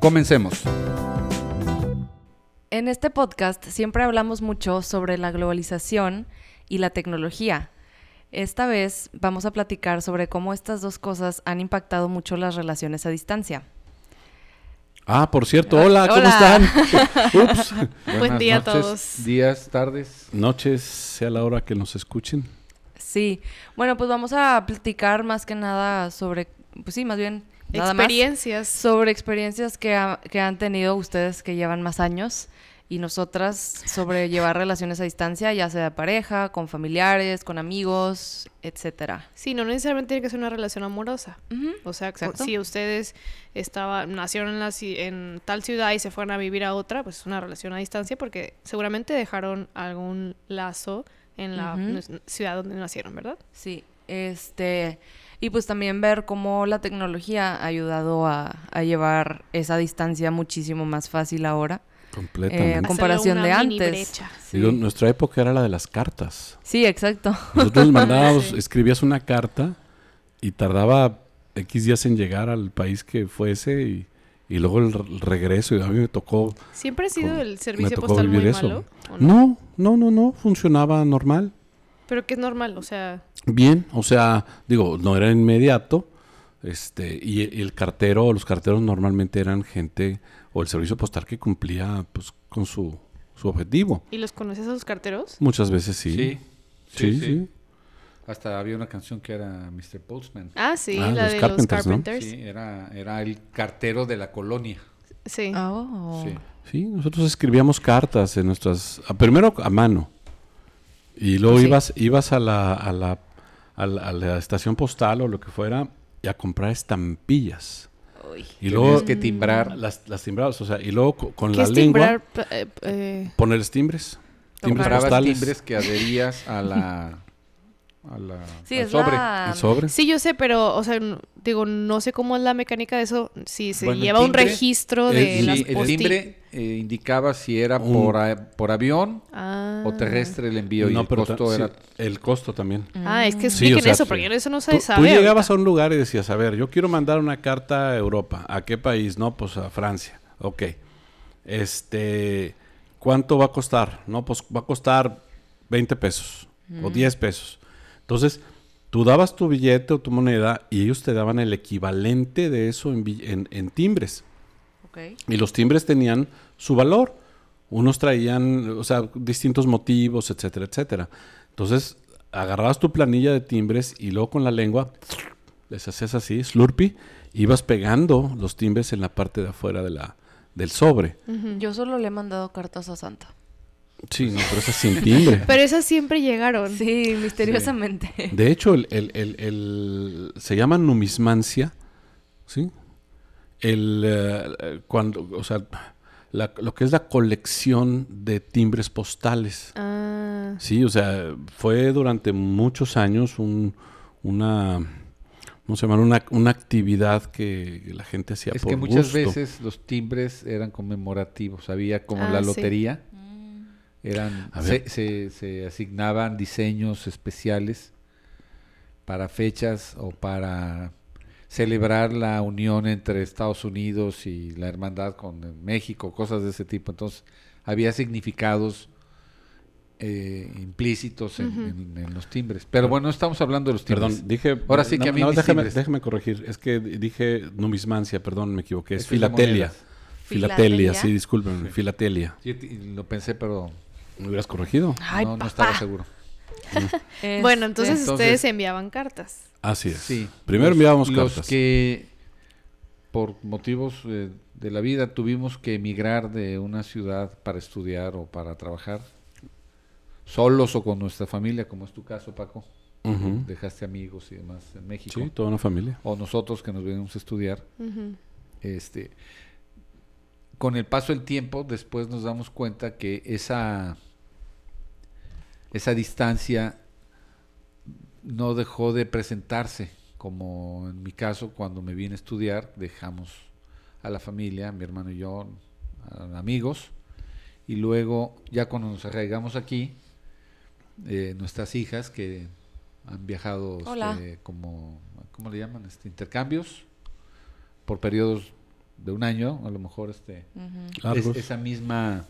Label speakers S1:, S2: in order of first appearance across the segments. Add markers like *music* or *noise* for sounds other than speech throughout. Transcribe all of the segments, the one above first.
S1: Comencemos.
S2: En este podcast siempre hablamos mucho sobre la globalización y la tecnología. Esta vez vamos a platicar sobre cómo estas dos cosas han impactado mucho las relaciones a distancia.
S3: Ah, por cierto, hola, ¿cómo
S2: Hola.
S4: *laughs*
S3: están? Ups.
S5: Buen día a todos.
S1: Días, tardes.
S3: Noches, sea la hora que nos escuchen.
S2: Sí, bueno, pues vamos a platicar más que nada sobre, pues sí, más bien, nada más.
S5: Experiencias.
S2: sobre experiencias que, ha- que han tenido ustedes que llevan más años y nosotras sobre llevar relaciones a distancia, ya sea de pareja, con familiares, con amigos, etcétera.
S4: Sí, no necesariamente tiene que ser una relación amorosa. O sea, cu-
S2: Exacto.
S4: si ustedes estaba, nacieron en, la ci- en tal ciudad y se fueron a vivir a otra, pues es una relación a distancia porque seguramente dejaron algún lazo en la
S2: Ujú.
S4: n- ciudad donde nacieron, ¿verdad?
S2: Sí, este y pues también ver cómo la tecnología ha ayudado a, a llevar esa distancia muchísimo más fácil ahora eh, a
S3: Completamente.
S2: comparación
S4: una
S2: de
S4: mini
S2: antes.
S4: brecha.
S2: Sí.
S3: Digo, nuestra época era la de las cartas.
S2: Sí, exacto.
S3: Nosotros
S4: *laughs*
S3: mandábamos, escribías una carta y tardaba X días en llegar al país que fuese y, y luego el, re- el regreso. Y a mí me tocó,
S4: Siempre ha sido
S3: Con-
S4: el
S3: me
S4: servicio
S3: tocó
S4: postal muy
S3: vivir eso.
S4: malo. ¿o no?
S3: No, no, no, no, funcionaba normal.
S4: Pero que es normal, o sea,
S3: Bien, o sea, digo, no era inmediato. Este, y, y el cartero, los carteros normalmente eran gente o el servicio postal que cumplía pues, con su, su objetivo.
S4: ¿y los conoces a los carteros?
S3: Muchas veces sí.
S1: Sí,
S3: Sí,
S1: sí.
S3: sí.
S1: Hasta había una canción que era Mr. Postman.
S4: Ah, sí,
S3: Ah,
S4: la
S3: los
S4: de
S3: Carpenters, ¿no?
S4: los Carpenters.
S1: Sí, era, era el cartero de la colonia.
S4: Sí.
S2: Oh.
S1: Sí.
S3: Sí, nosotros escribíamos cartas en nuestras, a- primero a mano. Y luego
S2: Sí.
S3: ibas, ibas a la, a la- a la- a la estación postal o lo que fuera y a comprar estampillas.
S2: Uy.
S3: Y
S1: Tenías
S3: luego
S1: que timbrar.
S3: las, las timbrabas, o sea, y luego co- con
S4: ¿Qué
S3: la
S4: Mm. es
S3: lengua
S4: timbrar? Pa- eh, eh,
S3: poner timbres. Timbres
S1: Comprabas
S3: postales.
S1: timbres que adherías a la... A la
S2: Sí,
S1: al
S2: es
S1: sobre.
S2: la-
S3: El sobre.
S4: Sí, yo sé, pero, o sea, n- digo, no sé cómo es la mecánica de eso, si se
S1: Bueno, el
S4: lleva un
S1: timbre,
S4: registro
S3: el-
S4: de
S3: sí,
S4: las
S1: Y el
S4: posti-
S1: timbre eh, indicaba si era
S3: Un-
S1: por, a- por avión
S4: Ah.
S1: o terrestre el envío y el
S3: pero ta-
S1: costo
S3: sí,
S1: era
S3: el costo también.
S4: Ah, es que
S3: Sí, o
S4: expliquen
S3: sea,
S4: eso,
S3: tú-
S4: porque yo eso no
S3: Tú,
S4: se
S3: tú
S4: sabe.
S3: llegabas
S4: ahorita.
S3: a un lugar y decías, a ver, yo quiero mandar una carta a Europa. ¿A qué país? No, pues a Francia. Ok. Este, ¿cuánto va a costar? No, pues va a costar 20 pesos o 10 pesos. Entonces, tú dabas tu billete o tu moneda y ellos te daban el equivalente de eso en, bill- en- en timbres.
S2: Ok.
S3: Y los timbres tenían su valor. Unos traían, o sea, distintos motivos, etcétera, etcétera. Entonces, agarrabas tu planilla de timbres y luego con la lengua les hacías así, slurpy, ibas pegando los timbres en la parte de afuera de la, del sobre.
S2: Yo solo le he mandado cartas a Santa.
S3: Sí, no, pero esa es sin
S4: *laughs*
S3: timbre.
S4: Pero esas siempre llegaron.
S2: Sí, misteriosamente. *laughs*
S3: De hecho, el, el- el- el- se llama numismancia, ¿sí? El, eh, eh, cuando, o sea, la- lo que es la colección de timbres postales.
S4: Ah,
S3: Sí, o sea, fue durante muchos años un, una, ¿cómo se llama? Una, una actividad que la gente hacía
S1: Es
S3: por
S1: que muchas
S3: gusto.
S1: veces los timbres eran conmemorativos, había como
S4: Ah,
S1: la
S4: sí.
S1: lotería,
S2: Mm.
S1: eran
S3: A
S1: se,
S3: ver.
S1: se- se asignaban diseños especiales para fechas o para celebrar la unión entre Estados Unidos y la hermandad con eh, México, cosas de ese tipo. Entonces, había significados eh, implícitos en, en- en los timbres. Pero bueno, no estamos hablando de los timbres.
S3: Perdón, dije...
S1: Ahora sí que
S3: no,
S1: a mí
S3: no,
S1: mis
S3: déjame,
S1: timbres.
S3: déjame corregir, es que di- dije numismancia, perdón, me equivoqué, es
S1: Eso es de
S3: filatelia.
S1: monedas.
S3: Filatelia,
S2: Filatelia.
S3: sí, discúlpenme, filatelia.
S1: Sí, t- lo pensé, pero
S3: ¿Me hubieras corregido?
S2: Ay,
S1: no, no estaba
S2: papá.
S1: seguro.
S2: Este,
S4: Bueno, entonces,
S1: entonces-
S4: ustedes enviaban cartas.
S3: Así es.
S1: Sí.
S3: Primero
S1: Los-
S3: enviábamos
S1: los
S3: cartas.
S1: que por motivos eh, de la vida tuvimos que emigrar de una ciudad para estudiar o para trabajar, solos o con nuestra familia, como es tu caso, Paco.
S3: Ujú.
S1: Dejaste amigos y demás en México.
S3: Sí, toda una familia.
S1: O nosotros que nos venimos a estudiar.
S4: Ujú.
S1: Este, con el paso del tiempo, después nos damos cuenta que esa, esa distancia no dejó de presentarse, como en mi caso cuando me vine a estudiar, dejamos a la familia, a mi hermano y yo, a- amigos, y luego ya cuando nos arraigamos aquí, eh, nuestras hijas que han viajado
S2: Hola.
S1: este, como, ¿cómo le llaman? Este, intercambios, por periodos de un año, a lo mejor este,
S2: Ujú.
S1: es-
S3: Largos.
S1: esa misma...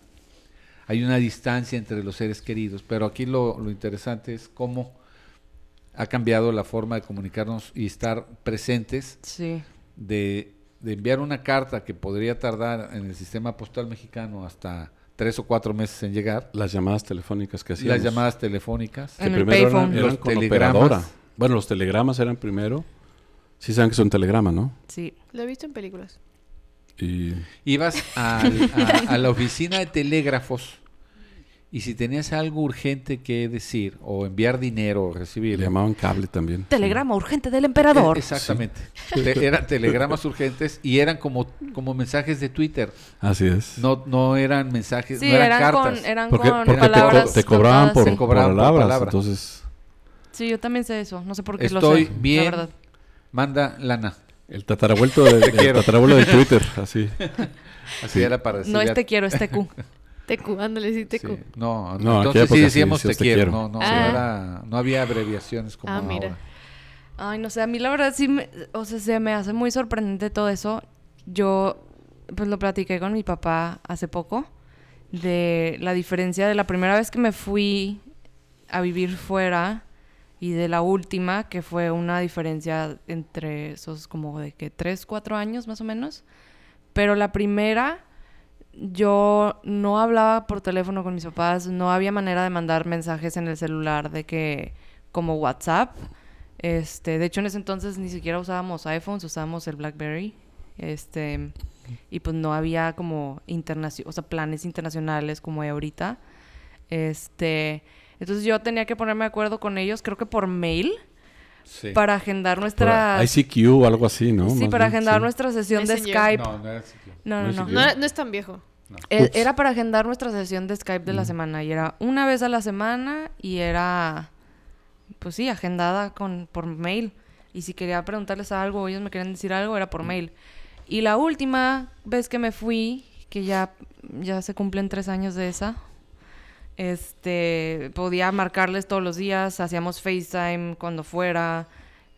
S1: Hay una distancia entre los seres queridos, pero aquí lo, lo interesante es cómo ha cambiado la forma de comunicarnos y estar presentes
S2: Sí.
S1: de, de enviar una carta que podría tardar en el sistema postal mexicano hasta tres o cuatro meses en llegar,
S3: Las llamadas telefónicas que hacíamos.
S1: las llamadas telefónicas,
S3: Que
S2: En el
S3: primero eran,
S2: payphone.
S3: eran
S1: Los
S3: con
S1: telegramas.
S3: operadora. Bueno, los telegramas eran primero. Sí saben que son telegramas, ¿no?
S2: Sí.
S4: Lo he visto en películas.
S3: Y
S1: ibas al- a, a la oficina de telégrafos y si tenías algo urgente que decir o enviar dinero o
S3: le
S1: recibir,
S3: llamaban cable también.
S2: Telegrama urgente del emperador.
S1: Eh, Exactamente. Te- eran telegramas urgentes y eran como, como mensajes de Twitter.
S3: Sí. Así es.
S1: No, no eran mensajes,
S2: Sí,
S1: no eran,
S2: eran,
S1: cartas.
S2: con, eran
S3: porque
S2: con
S3: porque te co-
S2: palabras.
S3: te, cobraban
S2: cantadas,
S3: por,
S2: sí.
S3: por
S1: Cobraban por
S3: palabras.
S1: palabra.
S3: Entonces,
S2: Sí, yo también sé eso. No sé por qué lo sé.
S1: Estoy bien.
S2: La verdad.
S1: Manda lana. *laughs*
S3: el tatarabuelto de, el
S1: quiero.
S3: tatarabuelo de Twitter, así.
S1: Así era para decir.
S2: No es te quiero, es te cu.
S3: *laughs*
S4: Tecu, ándale, sí, tecu.
S1: No,
S3: No, en
S1: entonces
S3: aquella época
S1: sí
S3: sí
S1: decíamos
S3: decías
S1: te
S3: te
S1: quiero.
S3: quiero.
S1: No, no,
S4: Ah.
S1: era- no había abreviaciones como
S4: Ah, mira.
S1: ahora.
S2: Ay, no sé, a mí la verdad sí, me- o sea, se me hace muy sorprendente todo eso. Yo, pues lo platiqué con mi papá hace poco, de la diferencia de la primera vez que me fui a vivir fuera y de la última, que fue una diferencia entre esos como de que tres, cuatro años más o menos. Pero la primera, yo no hablaba por teléfono con mis papás, no había manera de mandar mensajes en el celular de que como WhatsApp. Este, de hecho en ese entonces ni siquiera usábamos iPhones, usábamos el BlackBerry. Este, y pues no había como internacio- o sea, planes internacionales como hay ahorita. Este, entonces yo tenía que ponerme de acuerdo con ellos, creo que por mail,
S1: Sí.
S2: para agendar
S3: Por
S2: nuestra
S3: ICQ o algo así, ¿no?
S2: Sí,
S3: Más
S2: para
S3: bien,
S2: agendar
S3: sí.
S2: nuestra sesión de
S4: Messenger.
S2: Skype.
S1: No, no era sitio.
S2: No, no, no.
S4: No, era- no es tan viejo.
S2: E-
S3: Ups.
S2: Era para agendar nuestra sesión de Skype de la semana y era una vez a la semana y era, pues sí, agendada con, por mail. Y si quería preguntarles algo o ellos me querían decir algo, era por mail. Y la última vez que me fui, que ya, ya se cumplen tres años de esa, este, podía marcarles todos los días, hacíamos FaceTime cuando fuera.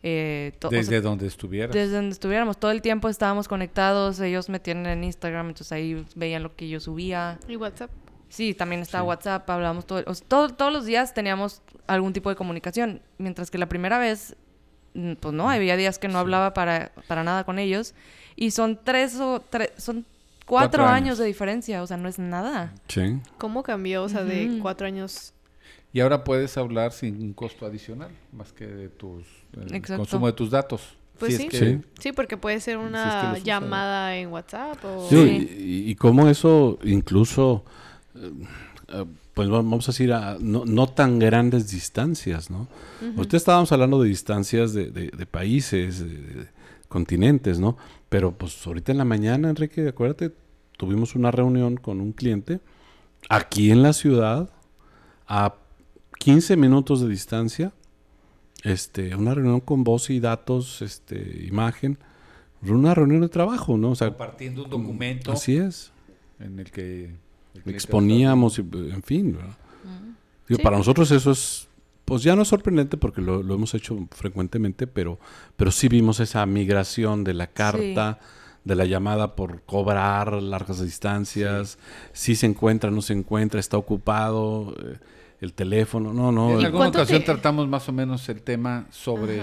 S2: eh, to- o sea,
S1: Desde donde estuvieras.
S2: desde donde estuviéramos, todo el tiempo estábamos conectados, ellos me tienen en Instagram, entonces ahí veían lo que yo subía.
S4: Y WhatsApp.
S2: Sí, también estaba WhatsApp, hablábamos todo, o sea, todo- todos los días teníamos algún tipo de comunicación, mientras que la primera vez, mm, pues no, había días que no hablaba para, para nada con ellos, y son tres o tres, son cuatro,
S1: Cuatro
S2: años.
S1: años.
S2: de diferencia, o sea, no es nada.
S3: Sí.
S4: ¿Cómo cambió? O sea, de cuatro años.
S1: Y ahora puedes hablar sin un costo adicional, más que de tus el
S2: Exacto.
S1: consumo de tus datos.
S4: Pues
S1: Si
S4: sí.
S1: es que-
S3: Sí.
S4: Sí, porque puede ser
S1: Si Pues es que
S4: una
S1: los usa.
S4: llamada en WhatsApp o...
S3: Sí,
S2: Sí.
S3: Y, y cómo eso incluso, eh, eh, pues va- vamos a decir, a- no, no tan grandes distancias, ¿no? Usted estábamos hablando de distancias de, de- de países, de, de continentes, ¿no? Pero pues ahorita en la mañana, Enrique, acuérdate, tuvimos una reunión con un cliente aquí en la ciudad, a 15 minutos de distancia, este, una reunión con voz y datos, este, imagen, una reunión de trabajo, ¿no? O sea,
S1: Compartiendo un documento
S3: Así es.
S1: en el que el cliente
S3: Exponíamos, y, en fin. ¿verdad? Digo,
S4: Sí.
S3: Para nosotros eso es, pues ya no es sorprendente porque lo, lo hemos hecho frecuentemente, pero, pero sí vimos esa migración de la carta, de la llamada por cobrar largas distancias, si se encuentra, no se encuentra, está ocupado, eh, el teléfono, no, no.
S1: En
S3: el-
S1: alguna
S4: cuánto
S1: ocasión
S4: te-
S1: tratamos más o menos el tema sobre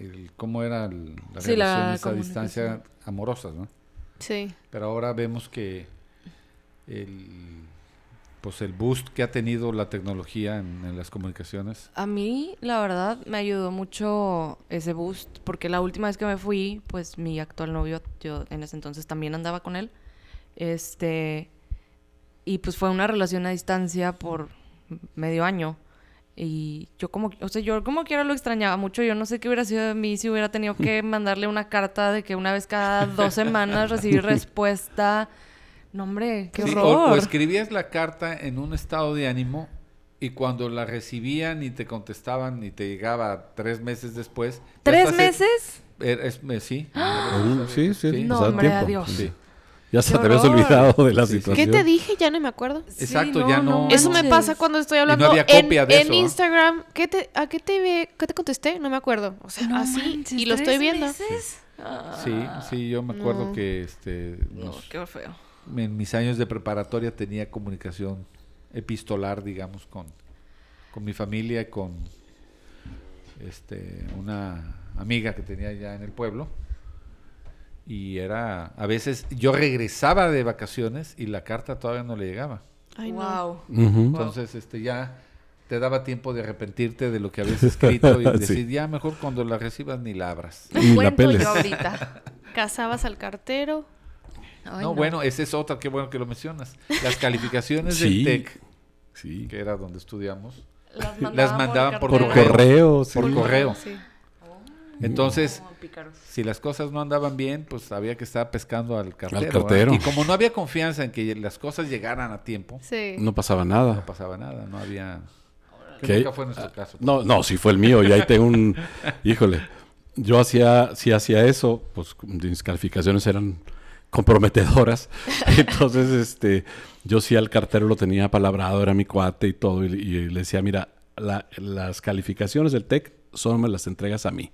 S1: el- cómo era el- la
S2: Sí,
S1: relación
S2: la
S1: a esa
S2: comunicación.
S1: distancia amorosa, ¿no?
S4: Sí.
S1: Pero ahora vemos que el, pues el boost que ha tenido la tecnología en, en las comunicaciones.
S2: A mí, la verdad, me ayudó mucho ese boost, porque la última vez que me fui, pues mi actual novio, yo en ese entonces también andaba con él, este, y pues fue una relación a distancia por medio año. Y yo como, o sea, yo como quiera lo extrañaba mucho, yo no sé qué hubiera sido de mí si hubiera tenido
S1: *laughs* *laughs*
S2: que mandarle una carta de que una vez cada dos semanas recibir respuesta, No, hombre, qué
S1: Sí, o-
S2: horror.
S1: o, escribías la carta en un estado de ánimo y cuando la recibían y te contestaban y te llegaba tres meses después. ya
S2: ¿Tres
S1: estás en-
S2: meses? ¡Ah!
S1: er- es- me- sí.
S3: Ujú, Sí, sí,
S1: Sí.
S2: No,
S3: pasaba
S2: hombre,
S3: tiempo.
S2: adiós.
S1: Sí.
S3: Ya hasta
S2: Qué
S3: te habías
S2: horror.
S3: olvidado de la
S1: Sí, sí.
S4: ¿Qué
S3: situación.
S4: te dije? Ya no me acuerdo.
S1: Exacto, ya no-
S4: Eso me
S2: manches.
S4: pasa cuando estoy hablando
S1: había
S4: en,
S1: copia de
S4: en
S1: eso, ¿ah?
S4: Instagram. ¿Qué te, ¿A qué te, ve- qué te contesté? No me acuerdo. O sea,
S2: No
S4: así.
S2: manches,
S4: y lo estoy
S2: ¿tres
S4: viendo.
S2: meses?
S1: Sí,
S2: Ah,
S1: sí, yo me acuerdo
S4: No.
S1: que este,
S2: no,
S1: nos-
S2: qué feo.
S1: en mis años de preparatoria tenía comunicación epistolar, digamos, con, con mi familia, con este, una amiga que tenía ya en el pueblo. Y era, a veces yo regresaba de vacaciones y la carta todavía no le llegaba.
S4: Ay, no.
S2: wow.
S3: Ujú.
S1: Entonces, este, ya te daba tiempo de arrepentirte de lo que habías escrito y
S3: Sí.
S1: decir, ya mejor cuando la recibas ni la abras.
S3: Ni la
S2: Cuento
S3: peles.
S2: yo
S4: *laughs*
S2: ahorita.
S4: Cazabas al cartero.
S2: Ay,
S1: no, bueno, esa es otra, qué bueno que lo mencionas. Las calificaciones
S3: Sí.
S1: del TEC,
S3: Sí.
S1: que era donde estudiamos,
S2: Las
S1: las mandaban por
S3: Por
S1: correo.
S3: correo, sí.
S1: Por
S4: Pulmón,
S1: correo.
S4: sí.
S1: Entonces,
S2: Como pícaros.
S1: si las cosas no andaban bien, pues había que estar pescando al cartero. ¿verdad?
S3: cartero.
S1: Y como no había confianza en que las cosas llegaran a tiempo,
S4: Sí.
S3: No pasaba nada.
S1: no pasaba nada, no había... que
S3: ¿Qué?
S1: Nunca fue nuestro caso.
S3: No, no, sí fue el mío. Y ahí
S1: *laughs*
S3: tengo un. Híjole. Yo hacía, si hacía eso, pues mis calificaciones eran
S1: *laughs*
S3: comprometedoras. Entonces, este, yo sí al cartero lo tenía palabrado, era mi cuate y todo. Y, y le decía, mira, la- las calificaciones del TEC solo me las entregas a mí.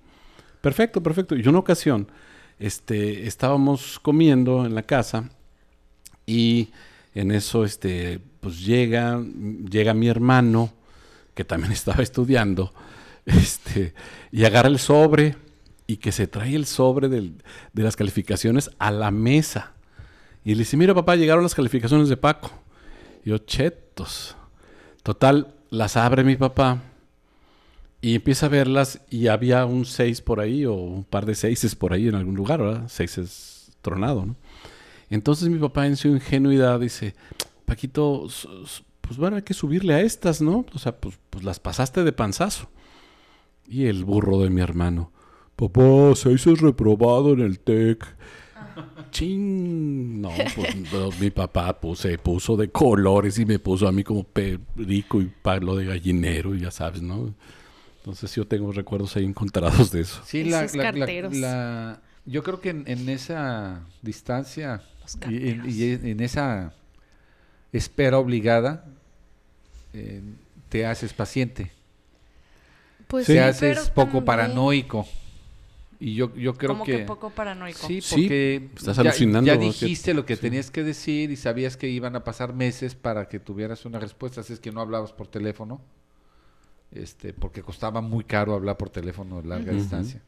S3: Perfecto, perfecto. Y una ocasión, este, estábamos comiendo en la casa y en eso, este, pues llega, llega mi hermano, que también *laughs* estaba estudiando, este, y agarra el sobre y que se trae el sobre del- de las calificaciones a la mesa. Y le dice, mira papá, llegaron las calificaciones de Paco. Y yo, chetos. Total, las abre mi papá y empieza a verlas y había un 6 por ahí o un par de 6 por ahí en algún lugar, ¿verdad? 6 es tronado, ¿no? Entonces mi papá en su ingenuidad dice, Paquito, s- s- pues van a que subirle a estas, ¿no? O sea, pues, pues las pasaste de panzazo. Y el burro de mi hermano, papá, seis es reprobado en el TEC. Ching, no, pues no, mi papá pues, se puso de colores y me puso a mí como perico y palo de gallinero, y ya sabes, ¿no? Entonces yo tengo recuerdos ahí encontrados de eso.
S1: Sí, la,
S4: Esos
S1: la- la-
S4: carteros.
S1: la- yo creo que en, en esa distancia
S4: Los
S1: y en,
S4: carteros.
S1: y en- en esa espera obligada eh, te haces paciente,
S4: Pues
S1: te
S4: sí.
S2: pero
S1: haces poco
S2: también-
S1: paranoico y yo yo creo
S2: Como que, poco paranoico.
S1: Sí,
S3: Sí,
S1: porque
S3: estás
S1: ya-
S3: alucinando,
S1: ya,
S3: ¿no?
S1: dijiste lo que
S3: Sí.
S1: tenías que decir y sabías que iban a pasar meses para que tuvieras una respuesta, así es que no hablabas por teléfono, este, porque costaba muy caro hablar por teléfono a larga
S3: Ujú.
S1: distancia.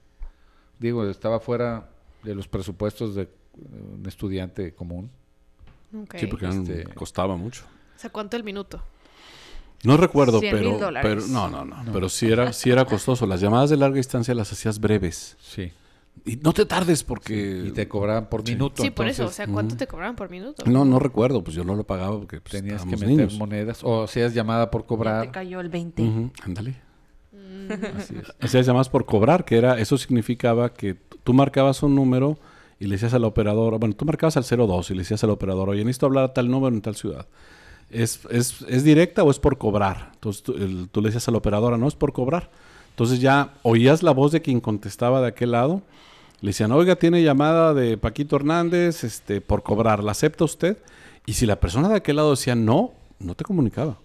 S1: Digo, estaba fuera de los presupuestos de eh, un estudiante común.
S4: Ok.
S3: Sí, porque eran-
S1: Este-
S3: costaba mucho.
S4: O sea, ¿cuánto el minuto?
S3: No recuerdo,
S2: 100,000
S3: pero,
S2: dólares.
S3: pero no, no, no, pero sí era, sí era costoso. Las llamadas de larga distancia las hacías breves
S1: Sí.
S3: y no te tardes porque
S1: Y te cobraban por
S3: Sí.
S1: minuto.
S4: Sí, por eso. O
S1: entonces
S4: sea, ¿cuánto
S3: ujú.
S4: te cobraban por minuto?
S3: mm. no, no recuerdo, pues yo no lo pagaba porque pues,
S1: Tenías que
S3: estábamos
S1: meter
S3: niños.
S1: monedas o hacías llamada por
S2: Ya te
S1: cobrar.
S2: cayó el 20.
S3: Ujú, Ándale.
S4: Mm,
S1: Así es.
S3: Hacías llamadas por cobrar, que era, eso significaba que t- tú marcabas un número y le decías al operador, bueno, tú marcabas al 02 y le decías al operador, oye, necesito hablar a tal número en tal ciudad. ¿Es, es, es directa o es por cobrar? Entonces tú, el- tú le decías a la operadora, no, es por cobrar. Entonces ya oías la voz de quien contestaba de aquel lado. Le decían, oiga, tiene llamada de Paquito Hernández este, por cobrar, ¿la acepta usted? Y si la persona de aquel lado decía no, no te comunicaba.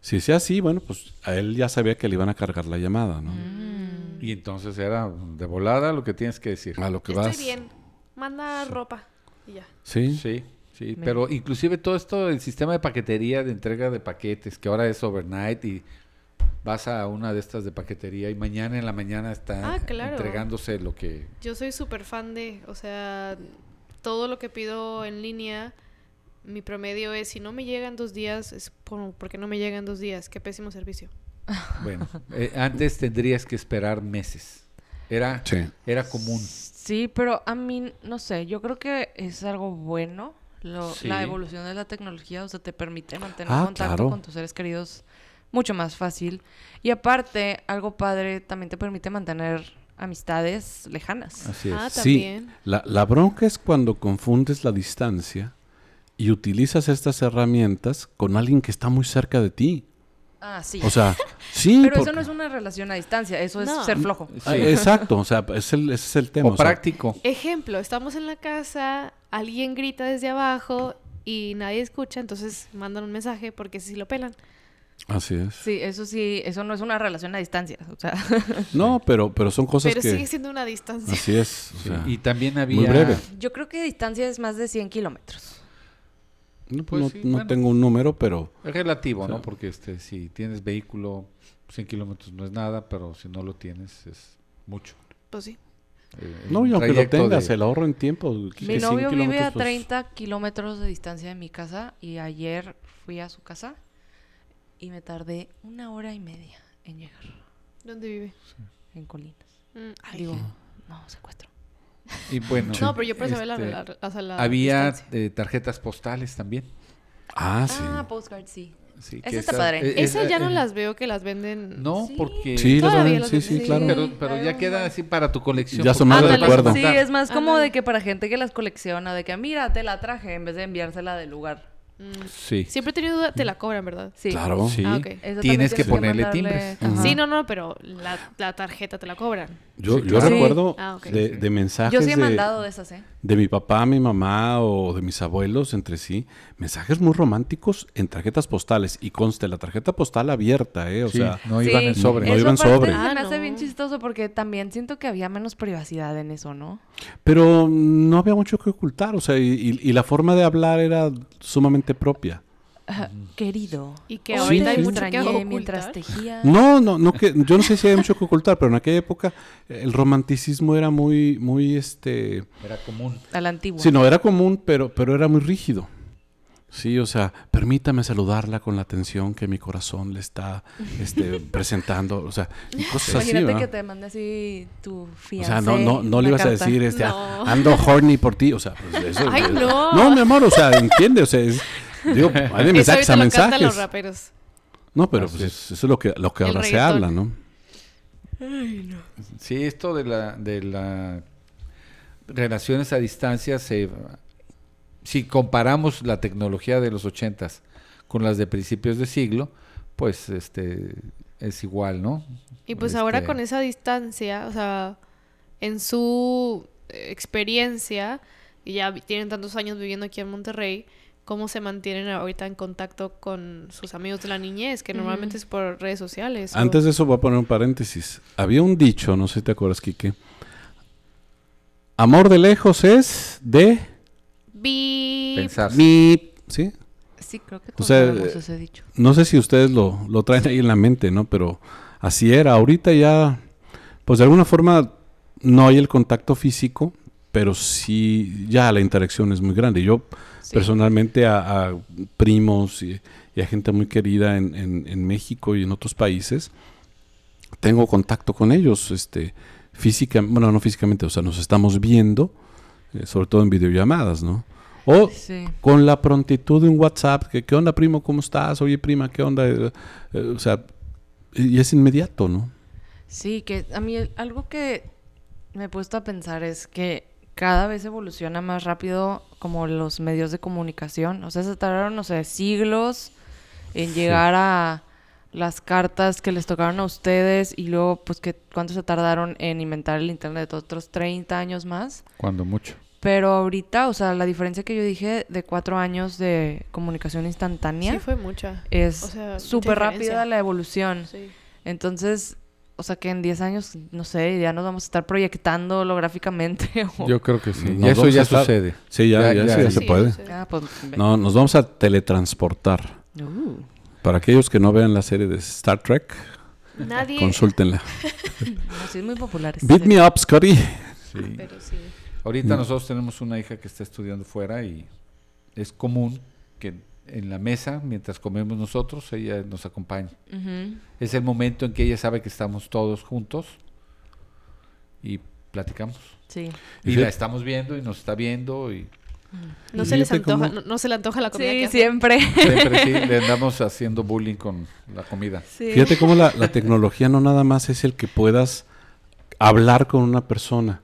S3: Si decía así, bueno, pues a él ya sabía que le iban a cargar la llamada, ¿no?
S2: Mm.
S1: Y entonces era de volada lo que tienes que decir.
S3: A lo que vas.
S4: Estoy bien. Manda ropa. Y ya.
S3: Sí.
S1: Sí, sí,
S2: Me-
S1: pero inclusive todo esto, el sistema de paquetería, de entrega de paquetes, que ahora es overnight y vas a una de estas de paquetería y mañana en la mañana está
S4: Ah, claro.
S1: entregándose lo que...
S4: Yo soy súper fan de, o sea, todo lo que pido en línea, mi promedio es, si no me llega en dos días, es por, porque no me llega en dos días, qué pésimo servicio.
S1: Bueno, *laughs* eh, antes tendrías que esperar meses. Era,
S3: Sí.
S1: era común.
S2: Sí, pero a mí, no sé, yo creo que es algo bueno lo-
S1: Sí.
S2: la evolución de la tecnología, o sea, te permite mantener
S3: Ah,
S2: contacto
S3: claro.
S2: con tus seres queridos mucho más fácil. Y aparte, algo padre, también te permite mantener amistades lejanas.
S1: Así es.
S4: Ah,
S3: Sí,
S4: también.
S3: la, la bronca es cuando confundes la distancia y utilizas estas herramientas con alguien que está muy cerca de ti.
S2: Ah, sí.
S3: O sea, sí.
S2: Pero eso
S3: porque-
S2: no
S3: *laughs*
S2: es una relación a distancia, eso es
S4: No.
S2: ser flojo.
S3: Ah, Exacto, o sea, es el, ese es el tema.
S1: o
S3: o sea,
S1: práctico.
S4: Ejemplo, estamos en la casa, alguien grita desde abajo y nadie escucha, entonces mandan un mensaje porque si lo pelan.
S3: así es.
S2: Sí, eso sí, eso no es una relación a distancia. O sea,
S3: No, pero, pero son cosas
S4: Pero
S3: que... Ah.
S4: sigue siendo una distancia.
S3: Así es. o
S1: Sí,
S3: sea,
S1: y también había...
S3: muy breve.
S2: *laughs* yo creo que distancia es más de 100 kilómetros.
S3: No,
S1: Pues
S3: no-
S1: sí,
S3: no
S1: bueno.
S3: tengo un número, pero
S1: Es relativo,
S3: O sea,
S1: ¿no? Porque este, si tienes vehículo, 100 kilómetros no es nada, pero si no lo tienes es mucho.
S4: Pues sí.
S1: Eh,
S3: No,
S1: el
S3: y aunque lo
S1: trayecto de-
S3: tengas, el ahorro en tiempo. que
S2: Mi
S3: 100
S2: novio vive a
S3: kilómetros, pues,
S2: 30 kilómetros de distancia de mi casa y ayer fui a su casa y me tardé una hora y media en llegar
S4: ¿Dónde vive?
S2: en Colinas.
S4: Mm, ay.
S2: Digo, no, secuestro.
S1: Y bueno,
S4: No, pero yo por eso veo
S1: este,
S4: la, la- o sea, la
S1: Había
S4: distancia.
S1: eh, tarjetas postales también.
S3: Ah, sí.
S2: Ah, postcard, sí.
S1: Sí,
S2: Esa está padre.
S1: eh,
S4: Esas ya no
S1: eh,
S4: las veo que las venden.
S1: No,
S2: Sí.
S1: porque...
S2: pues,
S3: sí, las
S4: Todavía
S3: venden,
S4: las
S3: sí,
S4: venden,
S3: sí,
S4: sí.
S3: claro.
S1: Pero, pero ya quedan así para tu colección.
S3: Ya
S1: porque
S3: son más
S1: no
S3: de
S1: las vas a
S3: acuerdo.
S2: Sí,
S1: juntar.
S2: es más como
S4: Ándale.
S2: de que para gente que las colecciona, de que "Ah, mira, te la traje en vez de enviársela del lugar.
S4: Mm,
S1: Sí.
S4: Siempre he tenido duda, te la cobran, ¿verdad?
S2: Sí.
S3: Claro.
S1: Sí.
S4: Ah, ok. Eso
S2: Eso
S1: Tienes
S2: también
S1: que ponerle
S2: mandarle-
S1: timbres.
S2: Ajá.
S4: Sí, no, no, pero la, la tarjeta te la cobran.
S3: Yo,
S1: Sí,
S3: yo
S2: claro.
S3: recuerdo
S4: Sí. Ah, ok.
S3: de, de mensajes
S2: Yo sí he
S3: de-
S2: mandado de esas, ¿eh?
S3: de mi papá, mi mamá o de mis abuelos entre sí, mensajes muy románticos en tarjetas postales. Y conste, la tarjeta postal abierta, ¿eh? O
S1: Sí,
S3: sea,
S1: no
S2: Sí.
S1: iban en sobre.
S3: No
S2: Eso
S3: iban
S2: aparte
S3: sobre.
S2: se
S4: Ah,
S2: me hace
S4: no.
S2: bien chistoso porque también siento que había menos privacidad en eso, ¿no?
S3: pero no había mucho que ocultar. O sea, y, y- y la forma de hablar era sumamente propia. Mm.
S2: Querido.
S4: Y que
S2: hoy
S4: ahorita
S2: te
S4: hay mucho que
S2: extrañé
S4: ocultar.
S2: mientras tejía.
S3: No, no, no que yo no sé si hay mucho que ocultar, pero en aquella época eh, el romanticismo era muy, muy este,
S1: Era común.
S2: A la antigua.
S3: Sí, no, era común, pero, pero era muy rígido. Sí, o sea, permítame saludarla con la atención que mi corazón le está
S4: *laughs*
S3: este, presentando. O sea, y cosas así,
S2: Imagínate
S3: ¿verdad?
S2: que te mande así tu
S3: O
S2: fiancé.
S3: sea, no, no, no
S2: una
S3: le ibas a
S2: carta.
S3: decir, este, ah,
S4: No.
S3: ando horny por ti. O sea, pues eso.
S4: Ay,
S3: es-
S4: *laughs* no.
S3: No, mi amor, o sea, entiende. O sea, es- digo, hay de
S4: Eso
S3: mensajes
S4: ahorita
S3: a
S4: lo cantan los
S3: mensajes.
S4: raperos.
S3: No, pero
S1: Así
S3: pues,
S1: es.
S3: eso es lo que, lo que
S4: El
S3: ahora se
S4: reggaetón.
S3: habla, ¿no?
S1: Sí, esto de la, de la relaciones a distancia, se, si comparamos la tecnología de los ochentas con las de principios de siglo, pues este es igual, ¿no?
S4: Y pues ahora
S1: Este-
S4: con esa distancia, o sea, en su eh, experiencia, y ya vi- tienen tantos años viviendo aquí en Monterrey, ¿cómo se mantienen ahorita en contacto con sus amigos de la niñez? Que normalmente es por redes sociales. o-
S3: Antes de eso voy a poner un paréntesis. Había un dicho, no sé si te acuerdas, Quique. Amor de lejos es de...
S4: Bip.
S1: Pensar.
S3: Bip. ¿Sí?
S2: Sí, creo que
S3: O
S2: todos
S3: sea,
S2: sabemos
S3: eh,
S2: eso, he dicho.
S3: No sé si ustedes lo, lo traen ahí en la mente, ¿no? Pero así era. Ahorita ya, pues de alguna forma no hay el contacto físico, pero sí ya la interacción es muy grande. Yo
S4: Sí.
S3: personalmente a, a primos y, y a gente muy querida en, en- en México y en otros países, tengo contacto con ellos, este, física, bueno, no físicamente, o sea, nos estamos viendo, eh, sobre todo en videollamadas, ¿no? O
S2: Sí.
S3: con la prontitud de un WhatsApp, que qué onda primo, ¿cómo estás? Oye prima, ¿qué onda? Eh, eh, o sea, y y es inmediato, ¿no?
S2: Sí, que a mí el- algo que me he puesto a pensar es que cada vez evoluciona más rápido como los medios de comunicación. O sea, se tardaron, no sé, siglos en llegar a las cartas que les tocaron a ustedes y luego, pues, que cuánto se tardaron en inventar el Internet, otros 30 años más.
S1: Cuando mucho.
S2: Pero ahorita, o sea, la diferencia que yo dije de cuatro años de comunicación instantánea
S4: Sí, fue mucha.
S2: es
S4: o sea, mucha
S2: súper rápida
S4: diferencia.
S2: la evolución.
S4: Sí.
S2: Entonces, o sea, que en 10 años, no sé, ya nos vamos a estar proyectando holográficamente. *laughs* o-
S1: *laughs* Yo creo que sí.
S3: Nos
S1: Y eso
S3: vamos a
S1: ya
S3: estar-
S1: sucede.
S3: Sí, ya,
S1: Ya-
S3: ya,
S1: ya,
S3: sí, ya
S1: sí.
S3: se
S4: Sí,
S3: puede.
S4: sí.
S2: Ah, pues, ve-
S3: No, nos vamos a teletransportar.
S2: Uh.
S3: Para aquellos que no vean la serie de Star Trek,
S4: Nadie.
S3: consúltenla.
S2: No, sí, es muy popular. esta
S3: Beat
S2: serie.
S3: me up, Scotty.
S1: Sí.
S4: Pero sí.
S1: Ahorita
S3: Mm.
S1: nosotros tenemos una hija que está estudiando fuera y es común que en la mesa, mientras comemos nosotros, ella nos acompaña.
S2: Ujú.
S1: Es el momento en que ella sabe que estamos todos juntos y platicamos.
S2: Sí.
S1: Y
S3: Fíjate-
S1: la estamos viendo y nos está viendo y
S4: No
S3: Y
S4: se les
S3: fíjate cómo-
S4: antoja, no, no se le antoja la comida.
S2: Sí,
S4: que hacen.
S3: *laughs*
S2: siempre.
S1: siempre sí, le andamos haciendo bullying con la comida.
S2: Sí.
S3: Fíjate cómo la,
S2: *laughs*
S3: la tecnología no nada más es el que puedas hablar con una persona,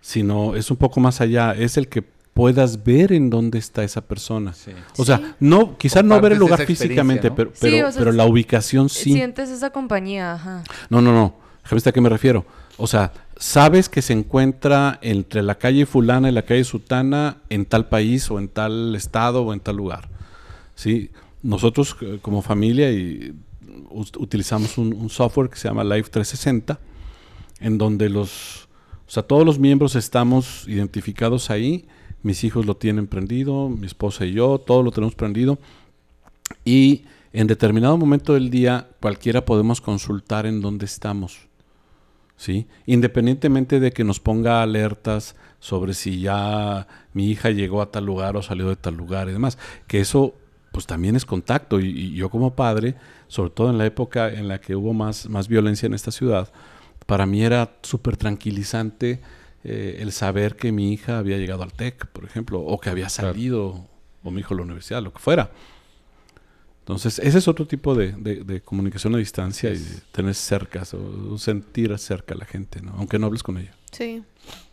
S3: sino es un poco más allá, es el que puedas ver en dónde está esa persona.
S1: Sí.
S3: O sea, no, quizás no
S1: Compartes
S3: ver el lugar
S1: esa experiencia,
S3: físicamente,
S1: ¿no?
S3: pero,
S2: Sí,
S3: pero,
S2: o sea,
S3: pero la ubicación sí.
S2: Sientes esa compañía, ajá.
S3: No, no, no. ¿Sabes a qué me refiero? O sea, sabes que se encuentra entre la calle fulana y la calle sutana en tal país o en tal estado o en tal lugar. ¿Sí? Nosotros eh, como familia y us- utilizamos un, un software que se llama Live 360, en donde los, o sea, todos los miembros estamos identificados ahí. Mis hijos lo tienen prendido, mi esposa y yo, todos lo tenemos prendido. Y en determinado momento del día, cualquiera podemos consultar en dónde estamos. ¿Sí? Independientemente de que nos ponga alertas sobre si ya mi hija llegó a tal lugar o salió de tal lugar y demás. Que eso, pues también es contacto. Y, y yo como padre, sobre todo en la época en la que hubo más, más violencia en esta ciudad, para mí era súper tranquilizante eh, el saber que mi hija había llegado al TEC, por ejemplo, o que había
S1: Claro.
S3: salido, o mi hijo a la universidad, lo que fuera. Entonces, ese es otro tipo de, de- de comunicación a distancia y de tener cerca, o, o sentir cerca a la gente, ¿no? aunque no hables con ella.
S4: Sí.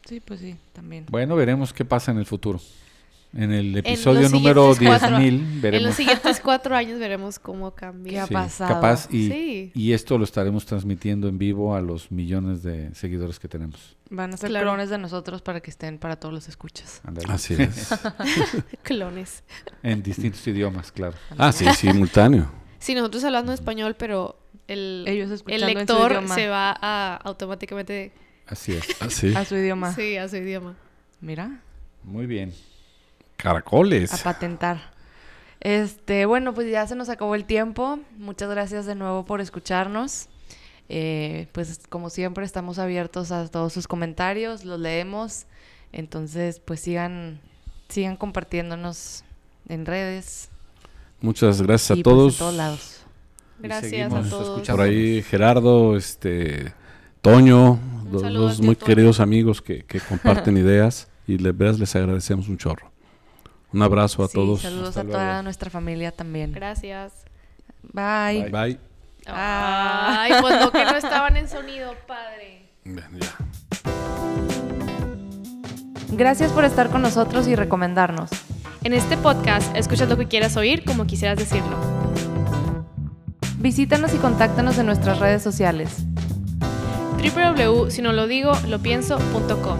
S2: Sí, pues sí, también.
S1: Bueno, veremos qué pasa en el futuro. En el
S4: los
S1: episodio número
S4: siguientes cuatro-
S1: 10.000
S4: En los
S1: veremos.
S4: siguientes cuatro años veremos cómo
S2: ¿Qué
S4: cambia.
S2: ha pasado?
S1: Capaz y,
S4: Sí.
S1: y esto lo estaremos transmitiendo en vivo a los millones de seguidores que tenemos.
S2: Van a ser
S4: Claro.
S2: clones de nosotros para que estén para todos los escuchas.
S1: Ándale. *laughs*
S3: *laughs* Así es.
S4: Clones.
S1: En distintos idiomas, claro.
S3: ah, sí, simultáneo.
S4: Sí, nosotros hablando en español, pero el,
S2: Ellos
S4: el
S2: escuchando en su
S4: lector
S2: idioma.
S4: se va a automáticamente
S1: Así es.
S3: Así.
S2: A su idioma.
S4: sí, a su idioma.
S2: Mira,
S1: Muy bien.
S2: a
S3: Caracoles.
S2: patentar. Este, bueno, pues ya se nos acabó el tiempo. Muchas gracias de nuevo por escucharnos. Eh, pues como siempre estamos abiertos a todos sus comentarios, los leemos. Entonces, pues sigan, sigan compartiéndonos en redes
S3: Muchas gracias a
S2: y pues,
S3: todos.
S2: en todos lados.
S1: Y
S4: Gracias
S1: seguimos
S4: a todos.
S1: escuchando.
S3: Por ahí Gerardo, este, Toño, dos,
S4: saludo
S3: dos
S4: hacia
S3: muy
S4: Toño.
S3: queridos amigos que,
S2: *laughs*
S3: que comparten ideas y les veras les agradecemos un chorro. Un abrazo Pues a
S2: Sí,
S3: todos.
S2: Saludos
S1: Hasta
S2: a toda
S1: luego.
S2: nuestra familia también.
S4: Gracias.
S2: Bye.
S3: Bye.
S2: Ah.
S4: Ay, pues no, que no estaban en sonido, padre.
S3: Bien, ya.
S2: Gracias por estar con nosotros y recomendarnos.
S4: En este podcast, escucha lo que quieras oír como quisieras decirlo.
S2: Visítanos y contáctanos en nuestras redes sociales.
S4: www.sinolodigolopienso.com